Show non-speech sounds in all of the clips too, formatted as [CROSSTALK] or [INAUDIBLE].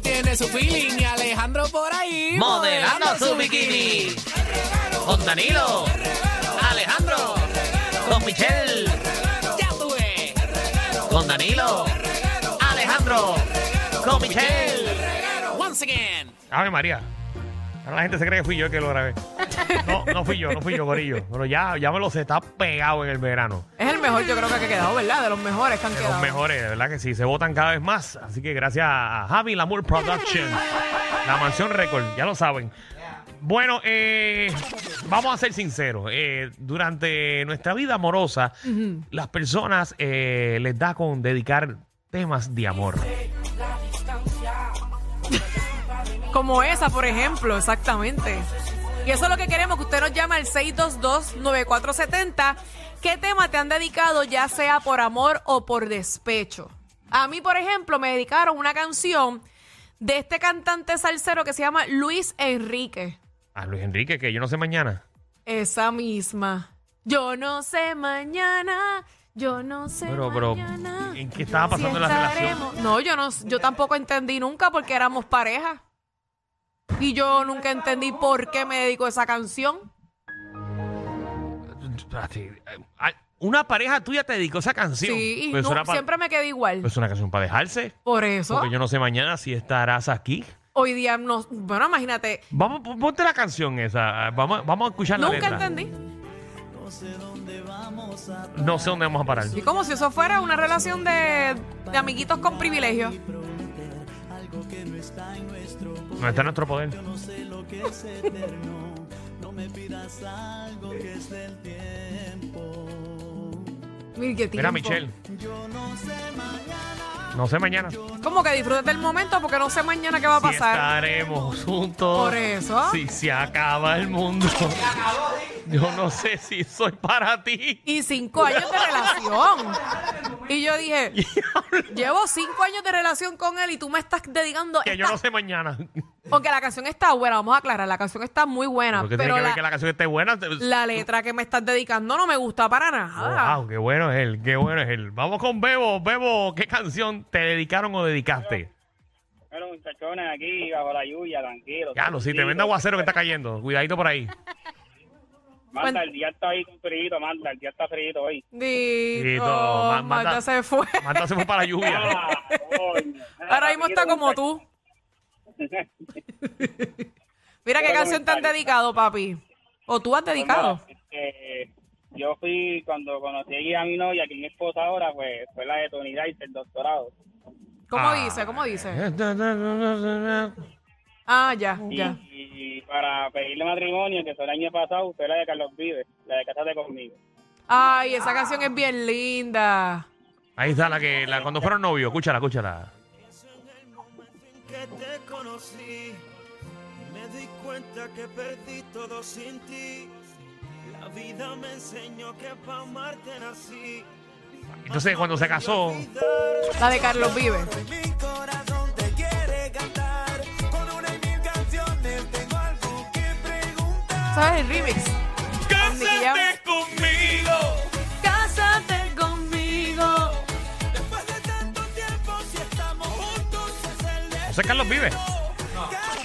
tiene su feeling y Alejandro por ahí. Modelando su bikini. Con Danilo. Alejandro. Con Michelle. Ya tuve. Con Danilo. Alejandro. Con Michelle. Once again. Ave María. Ahora la gente se cree que fui yo el que lo grabé. No, no fui yo, no fui yo, Corillo. Pero ya, ya me lo sé, está pegado en el verano. Es el mejor, yo creo que ha quedado, ¿verdad? De los mejores que han Los quedado. mejores, de verdad que sí, se votan cada vez más. Así que gracias a Javi Lamour Productions, la mansión récord, ya lo saben. Bueno, eh, vamos a ser sinceros. eh, durante nuestra vida amorosa, las personas eh, les da con dedicar temas de amor. Como esa, por ejemplo, exactamente. Y eso es lo que queremos, que usted nos llame al 622-9470. ¿Qué tema te han dedicado, ya sea por amor o por despecho? A mí, por ejemplo, me dedicaron una canción de este cantante salsero que se llama Luis Enrique. A Luis Enrique, que yo no sé mañana. Esa misma. Yo no sé mañana, yo no sé Pero, pero, mañana. ¿en qué estaba pasando la relación? estaremos- No, yo no, yo tampoco entendí nunca porque éramos pareja. Y yo nunca entendí por qué me dedicó esa canción. Así, eh, Una pareja tuya te dedicó esa canción. Sí, y Pero eso nu- pues era pa- siempre Ah. me quedé igual. pero Es una canción para dejarse. Por eso, Porque yo no sé mañana si estarás aquí. hoy día no. Bueno, imagínate, Vamos, pon- ponte la canción esa. eh, Vamos, vamos a escuchar la nunca letra. entendí. No sé dónde vamos a parar. Y como si eso fuera una relación de, de amiguitos con privilegios. No está en nuestro poder. Mira, qué Mira, tiempo. Michelle. No sé mañana. Si Como que disfrutes del momento porque no sé mañana qué va a pasar. estaremos juntos. Por eso. Si se acaba el mundo. Yo no sé si soy para ti. Y cinco años de relación. Y yo dije, llevo cinco años de relación con él y tú me estás dedicando Que yo esta no sé mañana. Porque la canción está buena, vamos a aclarar, la canción está muy buena, Porque tiene pero que la, ver que la canción esté buena. la letra que me estás dedicando no me gusta para nada. Wow, qué bueno es él, qué bueno es él. Vamos con Bebo, Bebo, ¿qué canción te dedicaron o dedicaste? Bueno, muchachones, aquí bajo la lluvia, tranquilo. Ya lo sí, pues. tremendo aguacero que está cayendo. Cuidadito por ahí. Manda, el día está ahí con frío, manda, el día está frío hoy. Dito, Dito, ma- Magda mata- se fue. Manda se fue para la lluvia. Ah, Ahora mismo está como [LAUGHS] tú. Mira qué Quiero canción te han comentar. dedicado, papi. O tú has dedicado. este, yo fui, cuando conocí a mi novia, que es mi esposa ahora, pues fue la de Tony Dice, el doctorado. [LAUGHS] ¿Cómo Ah. dice? ¿Cómo dice? Ah, ya, Y, ya. y para pedirle matrimonio, que fue el año pasado, fue la de Carlos Vives, la de Casate conmigo. Ay, esa canción es bien linda. Ahí está la que la, cuando fueron novios. Escúchala, escúchala. que te conocí me di cuenta que perdí todo sin ti. La vida me enseñó que pa' amarte nací. Entonces, cuando se casó, La de Carlos Vives. Mi corazón te quiere cantar. Con una y mil canciones tengo algo que preguntar. ¿Sabes el remix? Así que ya- Cásate conmigo. Cásate conmigo. Después de tanto tiempo, si estamos juntos, es el ¿no sé Carlos Vive?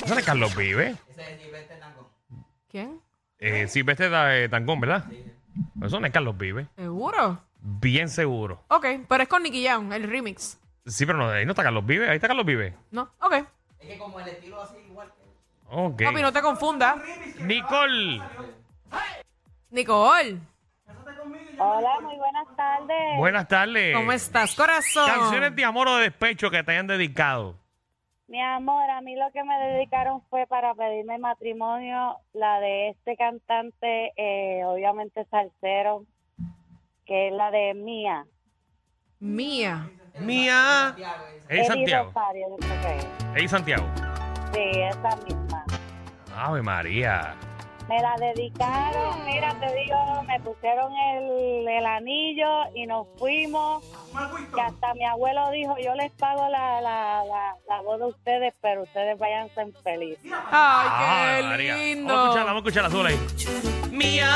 ¿No sé Carlos Vive? ¿Quién? Eh, sí, vete de eh, Tangón, ¿verdad? Eso no es Carlos Vive. ¿Seguro? Bien seguro. Ok, pero es con Nicky Jam, el remix. Sí, pero no, ahí no está Carlos Vive. Ahí está Carlos Vive. ¿No? Ok. Ok. Papi, no te confundas. Nicole. Nicole, Hola, muy buenas tardes. Buenas tardes. ¿cómo estás, corazón? Eh, Canciones de amor o de despecho que te hayan dedicado. Mi amor, a mí lo que me dedicaron fue para pedirme matrimonio, la de este cantante, eh, obviamente salsero, que es la de Mía. Mía. Mía. Ey Santiago. Rosario, yo creo que es. Ey Santiago. Sí, esa misma. Ave María. Me la dedicaron, mira, te digo, me pusieron el, el anillo y nos fuimos. Que hasta mi abuelo dijo, yo les pago la, la, la, la boda a ustedes, pero ustedes váyanse felices. Ay, qué Ave Ah, María. Vamos a lindo. escucharla, vamos a escucharla sola ahí. Mía,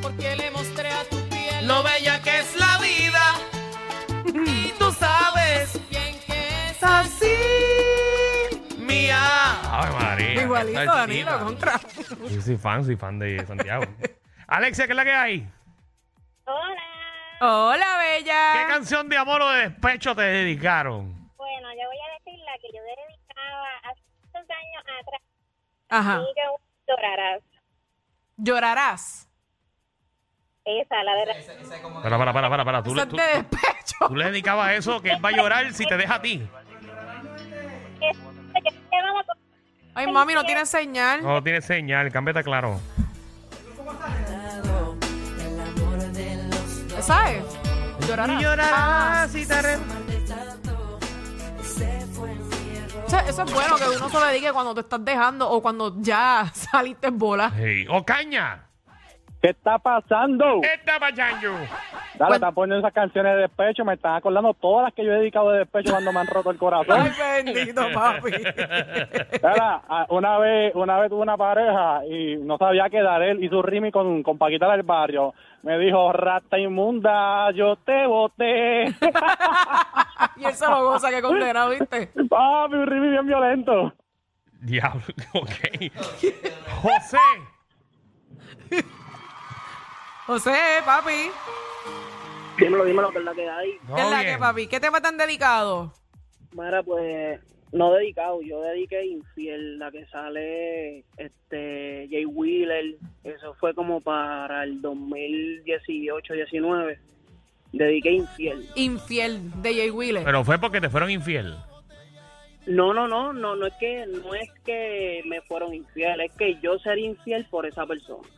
Porque le mostré a tu piel lo bella que es la vida. Y tú sabes bien que es. así. igualito, está Danilo, chiquita. contra. Yo soy fan, soy fan de [LAUGHS] Santiago. Alexia, ¿qué es la que hay? Hola. Hola, ¿Qué bella. canción de amor o de despecho te dedicaron? Bueno, yo voy a decir la que yo dedicaba hace muchos años atrás. Ajá. Y que llorarás. Llorarás. Esa, la verdad. Para, para, para, para, para. Tú, Eso es tú- de despecho. tú le dedicabas eso que él va a llorar si te deja a ti. Que, que te vamos con- Ay, mami, no tiene señal. No tiene señal, cámbiate claro. ¿Esa es? Llorarás. Llorarás y te arrep- Eso, eso es bueno que uno se lo dedique cuando te estás dejando o cuando ya [LAUGHS] saliste en bola. Hey. ¡O caña! ¿Qué está pasando? Eh, ¡Esta pachango! Dale, está poniendo esas canciones de despecho. Me están acordando todas las que yo he dedicado de despecho cuando me han roto el corazón. [LAUGHS] Ay, bendito, papi. Era, ah, una vez, una vez tuve una pareja y no sabía qué dar él. Hizo un rimi con, con Paquita del barrio. Me dijo, rata inmunda, yo te [LAUGHS] boté. [LAUGHS] y él se lo goza que condenado, ¿viste? Papi, un rimi bien violento. Diablo, [LAUGHS] ok. [LAUGHS] José, José, papi. Dímelo, dímelo, que es la que hay. todo ¿Qué es la bien. que, papi? ¿Qué tema tan dedicado? Mara, pues, no dedicado, yo dediqué Infiel, la que sale este Jay Wheeler. Eso fue como para el 2018-19. Dediqué Infiel. Infiel de Jay Wheeler. Pero fue porque te fueron infiel. No, no, no, no, no es que no es que me fueron infiel, es que yo ser infiel por esa persona.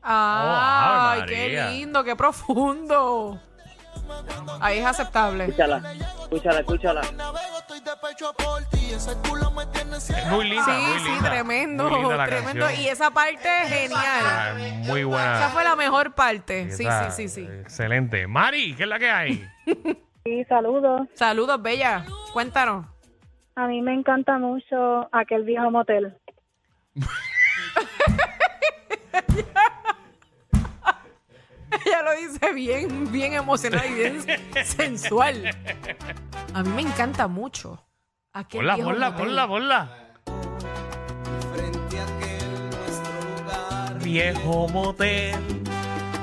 Oh, Ay, Ave qué María. lindo, qué profundo. Ahí es aceptable. Escúchala, escúchala, escúchala. Es muy linda, muy Sí, sí, linda. tremendo, Muy linda la tremendo. canción. Y esa parte es genial. Ah, muy Esa buena. fue la mejor parte. Sí, Esa- sí, sí, sí. Excelente. Mari, ¿qué es la que [LAUGHS] hay? Sí, saludos. Saludos, bella. Cuéntanos. [LAUGHS] A mí me encanta mucho aquel viejo motel. Ella lo dice bien, bien emocional [LAUGHS] y bien sensual. A mí me encanta mucho. Aquel Ponla, viejo ponla, motel. ponla, ponla. Viejo motel,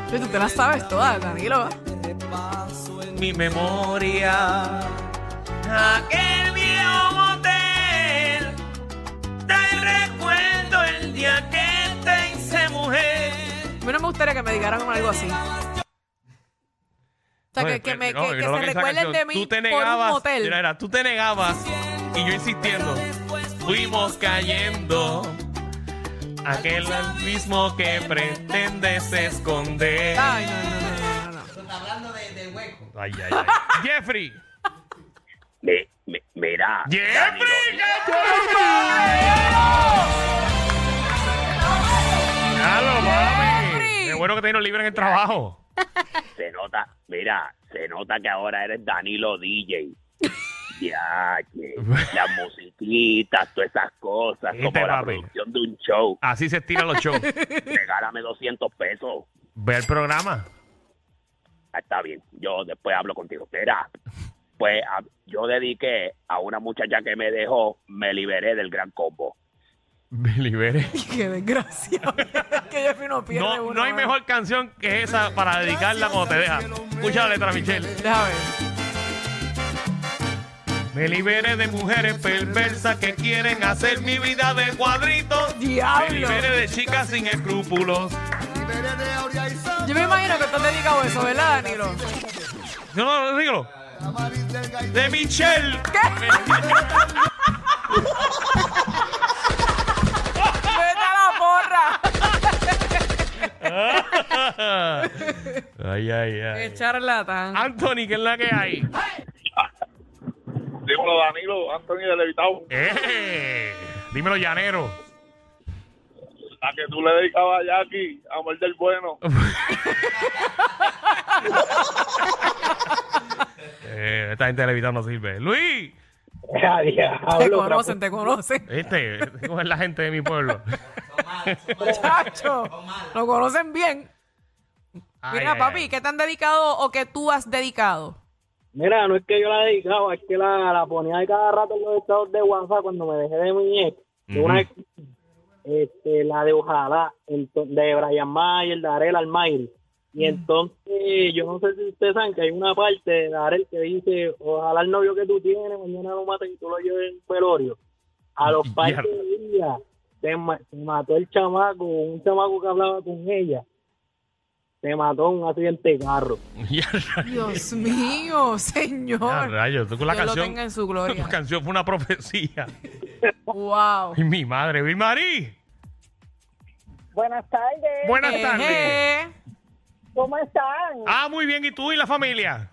Oye, Tú te la sabes toda, Danilo. mi memoria. Aquel viejo motel te recuerdo el día que te hice mujer. A mí no me gustaría que me digaran algo así. O sea, Oye, pues, que, que me, no, que- que yo lo se esa recuerden canción, de mí tú te por negabas, un Mira, motel. era, tú te negabas y yo insistiendo. Fuimos cayendo. Aquel al mismo que pretendes esconder. Ay, no, no, no, no, no. Ay, ay, ay. [LAUGHS] Jeffrey. mira. Jeffrey. Claro, mami. Jeffrey. Qué bueno que te dieron libre en el trabajo. se nota, mira, se nota que ahora eres Danilo DJ. [LAUGHS] Ya, che, las musiquitas, todas esas cosas, Este como la papi. producción de un show. Así se estiran los shows. Regálame 200 pesos. Ve el programa. [LAUGHS] Ah, está bien, yo después hablo contigo. Mira, pues a- yo dediqué a una muchacha que me dejó, me liberé del gran combo. Me liberé. Qué desgracia. [LAUGHS] Es que Jeffrey no pierde No, una, no hay mano. mejor canción que esa para dedicarla cuando te dejan. Escucha la letra, Michelle. Deja ver. Me liberé de mujeres perversas que quieren hacer mi vida de cuadritos. Me Diablo. liberé de chicas sin escrúpulos. Yo me imagino que tú has dedicado eso, ¿verdad, Danilo? No, no, no, dígalo. De Michelle. ¡Vete a la porra! [LAUGHS] ay, ay, Qué ay. charlatán. Anthony, ¿qué es la que hay? Dímelo, Danilo, Anthony de Levitao. Eh, dímelo, llanero. La que tú le dedicabas a Jackie, amor del bueno. Eh, esta gente de Levitao no sirve. Luis, Ah, Te conocen, pues- te [LAUGHS] conocen. este, este es la gente de mi pueblo. Chacho. Lo conocen bien. Ay, Mira, ay, papi, ay. ¿qué te han dedicado o que tú has dedicado? Mira, no es que yo la dedicaba, es que la, la ponía ahí cada rato en los estados de WhatsApp cuando me dejé de mi ex. Y Ujú. Una vez este, la de Ojalá, ento- de Brian Mayer, Darel Almair. Y entonces, yo no sé si ustedes saben que hay una parte de Darel que dice, ojalá el novio que tú tienes mañana lo maten y tú lo lleves en velorio. A los Mierda. par de días se, ma- se mató el chamaco, un chamaco que hablaba con ella. Se mató en un accidente de carro. [LAUGHS] Ya, [LAUGHS] Dios mío, ya, señor. rayos, tú con la Dios lo canción. tenga en su gloria. [LAUGHS] La canción fue una profecía. [LAUGHS] wow. Ay, mi madre, Vilmarí. Buenas tardes. Buenas tardes. Eh, ¿Cómo están? Ah, muy bien, ¿y tú y la familia?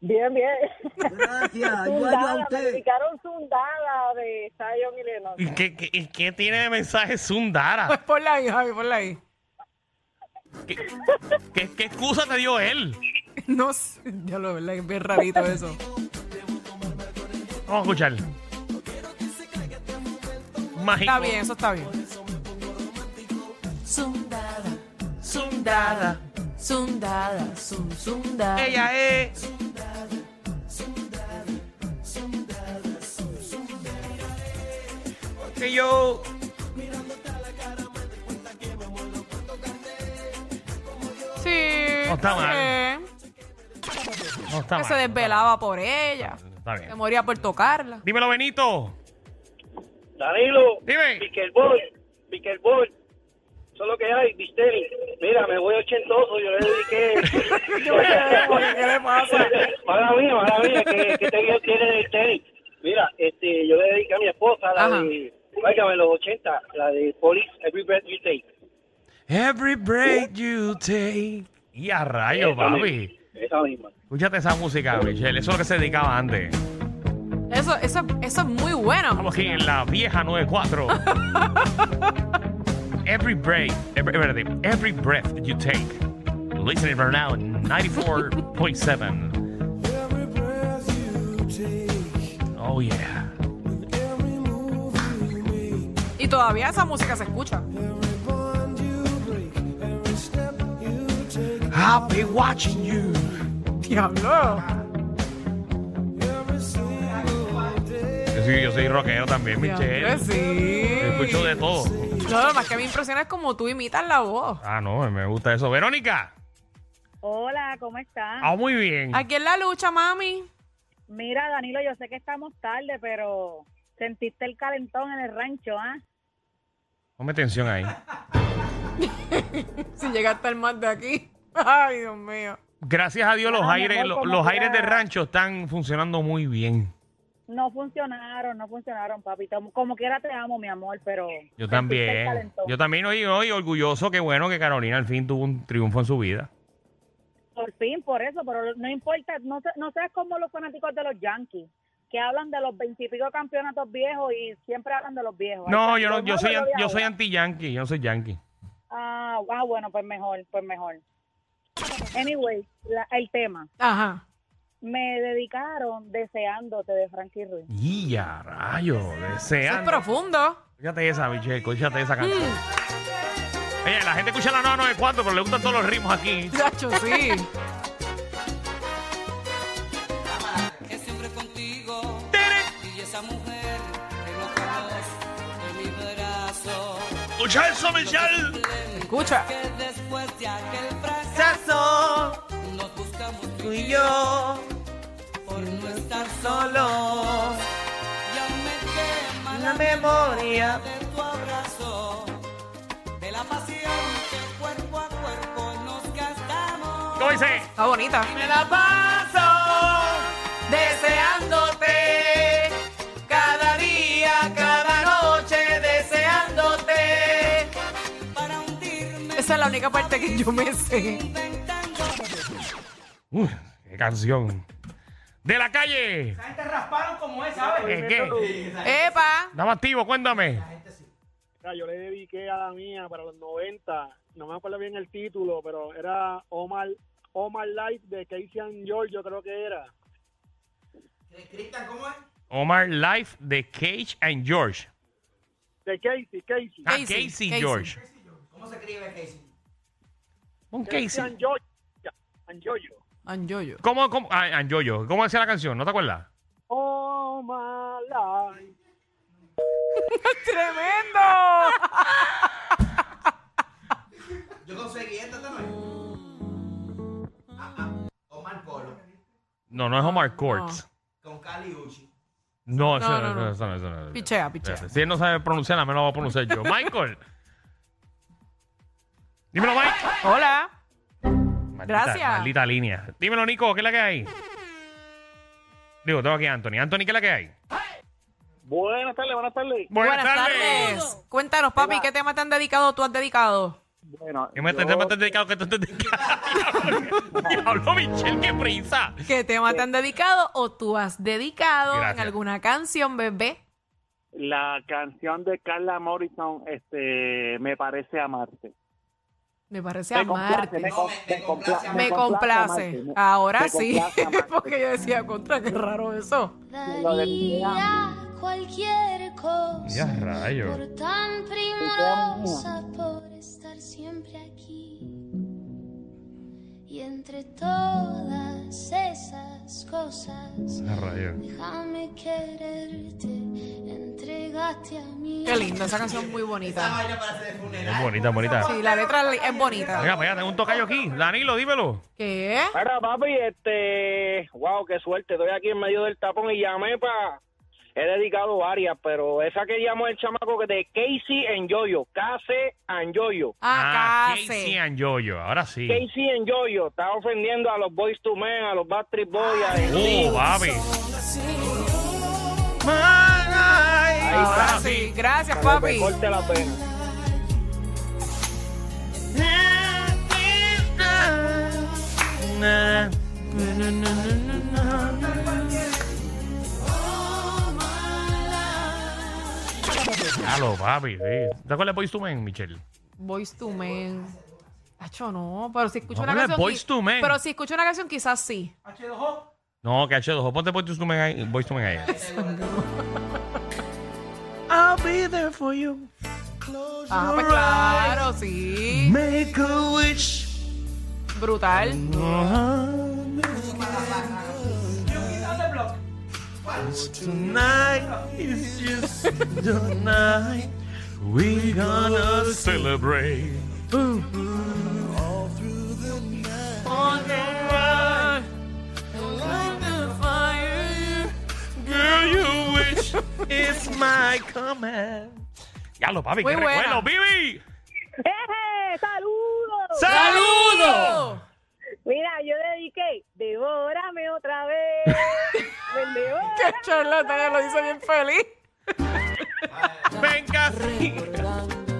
Bien, [LAUGHS] bien. Gracias. igual yo a Zundada, me usted. dedicaron Zundada de Zion y Lennox. ¿Y qué, qué- y qué tiene de mensaje Sundara? pues ponla ahí, Javi, ponla ahí. ¿Qué, qué excusa te dio él? No sé, ya lo verdad, es bien rarito eso. Vamos a escuchar. Mágico. Está bien, eso está bien. Zundada, zundada, Sundada, zum, sundada. ella es. Que yo. Sí. No está mal. eh, No está que mal. se desvelaba por ella. Está Se bien. moría por tocarla. Dímelo, Benito. Danilo, Dime. Pickleball, Pickleball, eso es lo que hay, Visteri. Mira, me voy ochentoso, yo le [LAUGHS] dediqué. ¿Qué le pasa? Mala mía, mala mía, que, que este video tiene del tenis. Mira, este, yo le dediqué a mi esposa la Ajá. de, váyame, los 80, la de Police, Every Breath You Take. Every break you take. Y a Eh, rayo, Esa papi. Esa misma. Escúchate esa música, Michelle. Eso es lo que se dedicaba antes. Eso, eso, eso es muy bueno. Estamos aquí en la vieja 94. every break, every, every, every breath you take. Listening right now, 94.7. Oh, yeah. Y todavía esa música se escucha. I'll be watching you. Diablo. Yo soy, yo soy rockero también, Michelle. Diablo, pues sí. Yo escucho de todo. No, lo más que me impresiona es como tú imitas la voz. Ah, no, me gusta eso. Verónica. Hola, ¿cómo están? Ah, muy bien. Aquí en la lucha, mami. Mira, Danilo, yo sé que estamos tarde, pero sentiste el calentón en el rancho, ¿ah? Ponme tensión ahí. Si llegaste al más de aquí. [LAUGHS] Ay, Dios mío. Gracias a Dios los Ah, mi aires, amor, lo- como los quiera. aires de rancho están funcionando muy bien. No funcionaron, no funcionaron, papito. Como quiera te amo, mi amor, pero... Yo sentiste el también. calentón. Yo también hoy, hoy orgulloso, qué bueno que Carolina al fin tuvo un triunfo en su vida. Por fin, por eso, pero no importa, no, sé- no seas como los fanáticos de los Yankees, que hablan de los veintipico campeonatos viejos y siempre hablan de los viejos. No, Ahí yo está, no, yo los soy malos an- de yo ahora. soy anti yankee, yo no soy yankee. Ah, ah, bueno, pues mejor, pues mejor. Anyway, la- el tema. Ajá. Me dedicaron deseándote de Frankie Ruiz. Y ya, rayo, Eso es desean. profundo. Escúchate esa, Michelle, escúchate esa canción. Oye, la gente escucha la 994, pero le gustan todos los ritmos aquí. Chacho, sí. Ese hombre contigo y esa mujer que lo en mi brazo. Escucha eso, Michelle. Escucha. Que después de aquel Sazo, nos buscamos tú y yo. por no estar Solo Ya me quema la memoria. de tu abrazo, de la pasión que cuerpo a cuerpo nos gastamos. ¿Cómo dice? Está bonita. Me la paso Deseándote. cada día, cada noche deseándote. Esa es la única parte que yo me sé. Uf, qué canción. De la calle. Te rasparon como es, ¿sabes? ¿Qué, qué? ¡Epa! Dame activo, cuéntame. Mira, yo le dediqué a la mía para los 90, no me acuerdo bien el título, pero era Omar, Omar Light de Casey and George, yo creo que era. Cristian, ¿cómo es? Omar Life de Cage and George. De Casey, Casey. Ah, Casey, Casey, Casey. George. ¿Cómo se escribe Casey? Un Casey Casey. and George. And George. Anjoyo. ¿Cómo, cómo? Ah, and Jojo. ¿Cómo decía la canción? ¿No te acuerdas? Omar Light. [LAUGHS] ¡Tremendo! Ah, No, no es Omar Courts. Con Cali Uchi. No, No, eso no, no, no. eso no, eso no. Pichea, pichea. Si él no sabe pronunciar, a menos lo voy a pronunciar [LAUGHS] yo. Michael. Dímelo, Mike. Hola. Maldita- Gracias. Maldita línea. Dímelo, Nico, ¿qué es la que hay? Digo, tengo aquí a Anthony. Anthony, ¿qué es la que hay? Buenas tardes, buenas tardes. Buenas, tardes. Cuéntanos, papi, ¿qué tema te han dedicado o tú has dedicado? Bueno, ¿Qué me yo- estás me estás dedicado que tú estás dedicado? [LAUGHS] Diablo, Michelle, qué prisa. ¿Qué tema te han dedicado o tú has dedicado en Gracias. alguna canción, bebé? la canción de Carla Morrison, este, me parece amarte. Me parece Me amarte. complace, me com- me complace Me amarte, complace. me- Ahora me sí. [LAUGHS] complace amarte. Porque yo decía, contra, qué raro eso. Daría cualquier cosa Ya rayo. por tan primorosa, por estar siempre aquí. Y entre todas esas cosas, Ya rayo. déjame quererte, entregate a mí. Qué linda, esa canción es muy bonita. Es bonita, es bonita. Sí, la letra li- es bonita. Venga, para allá, tengo un tocayo aquí. Danilo, dímelo. ¿Qué? Mira, papi, este, wow, qué suerte, estoy aquí en medio del tapón y llamé para, he dedicado varias, pero esa que llamó el chamaco que de Casey en Yoyo, Case en Yoyo. Ah, Casey and Yoyo. Ahora sí. Casey en Yoyo, está ofendiendo a los Boys to Men, a los Bad Trip Boys, a Oh, baby. Ahora sí. Gracias, papi. Corte la pena. Claro, papi. Sí. ¿Te acuerdas de Boys to Men, Michelle? Voice to Men. Hacho, no, pero si escucho No, una ponle canción. Boyz qui- II Men. Pero si escucho una canción, quizás sí. No, que H2. Ponte Boys to Men ahí. Boys to Men ahí. I'll be there for you. Ah, pues your claro, sí. Make a wish. Brutal. Tonight is just the night we gonna celebrate. All through the night. Light the fire. Girl, you wish it's my command. Ya lo, papi. Muy ¡Qué buena. recuerdo, Bibi! ¡Eje! ¡Saludos! ¡Saludos! Mira, yo dediqué Devórame otra vez. Ven, devórame. Qué charlata, ella lo dice bien feliz. Ven casi.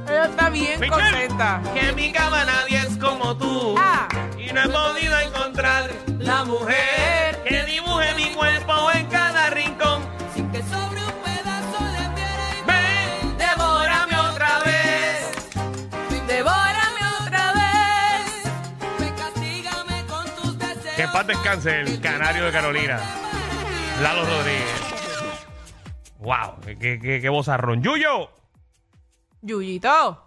Ella está bien Michelle. contenta. Que en mi cama nadie es como tú. Ah. Y no he podido encontrar la mujer que dibuje mi cuerpo en cada rincón. Sin que sobre un pedazo de piedra y ven, devórame otra vez. Devórame otra vez. Que en paz descanse el canario de Carolina. Lalo Rodríguez. Wow, qué, qué, qué vozarrón. ¡Yuyo! Yuyito.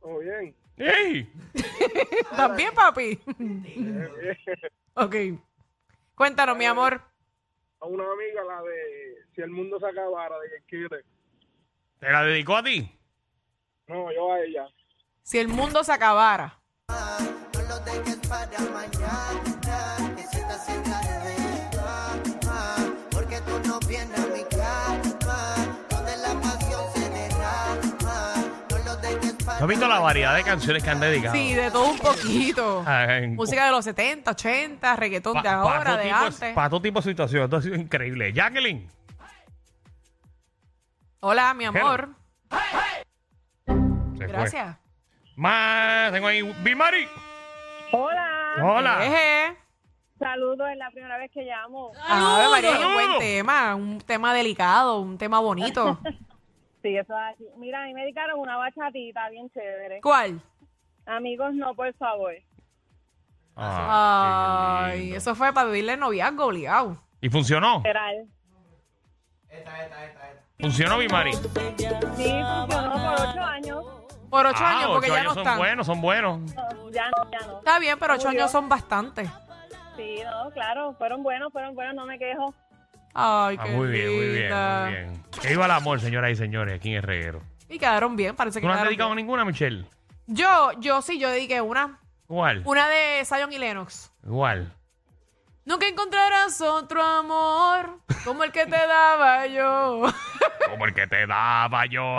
Todo bien. ¡Ey! ¿Estás bien, papi? ok. Cuéntanos, mi amor. A una amiga, la de Si el mundo se acabara, de que quiere. ¿Te la dedicó a ti? No, yo a ella. Si el mundo se acabara. Porque tú no vienes a mi cama, donde la pasión se derrama. No lo dejes ¿No has visto la variedad de canciones que han dedicado? Sí, de todo un poquito. Ah, en- Música de los 70, 80, reggaetón pa- de pa' ahora, todo de tipo- antes. Para todo tipo de situaciones. Esto ha sido increíble. Jacqueline. Hola, mi amor. se fue. Gracias. Más, tengo ahí. ¡Bimari! Hola. Hola. Eje. Saludos, es la primera vez que llamo. Ave María, qué buen tema, un tema delicado, un tema [LAUGHS] bonito. Sí, eso es así. Mira, a mí me dedicaron una bachatita bien chévere. ¿Cuál? Amigos, no, por favor. Ay, eso fue para vivirle el noviazgo obligado. Ah, ¿Y funcionó? Era él. ¿Funcionó, Bimari? Sí, funcionó por ocho años. Por ocho Ah, años, porque ocho ya años no son están. buenos, son buenos. No, Ya no, ya no. Está bien, pero ocho Murió. años son bastantes. Sí, no, claro, fueron buenos, fueron buenos, no me quejo. Ay, Ah, qué muy bien, muy bien, linda. muy bien. Que viva el amor, señoras y señores, aquí en el reguero. Y quedaron bien, parece que ¿Tú no has quedaron dedicado bien. ninguna, Michelle? Yo, yo sí, yo dediqué una. ¿Cuál? Una de Zion y Lennox. ¿Cuál? Nunca encontrarás otro amor como el que te daba yo. [LAUGHS] Como el que te daba yo.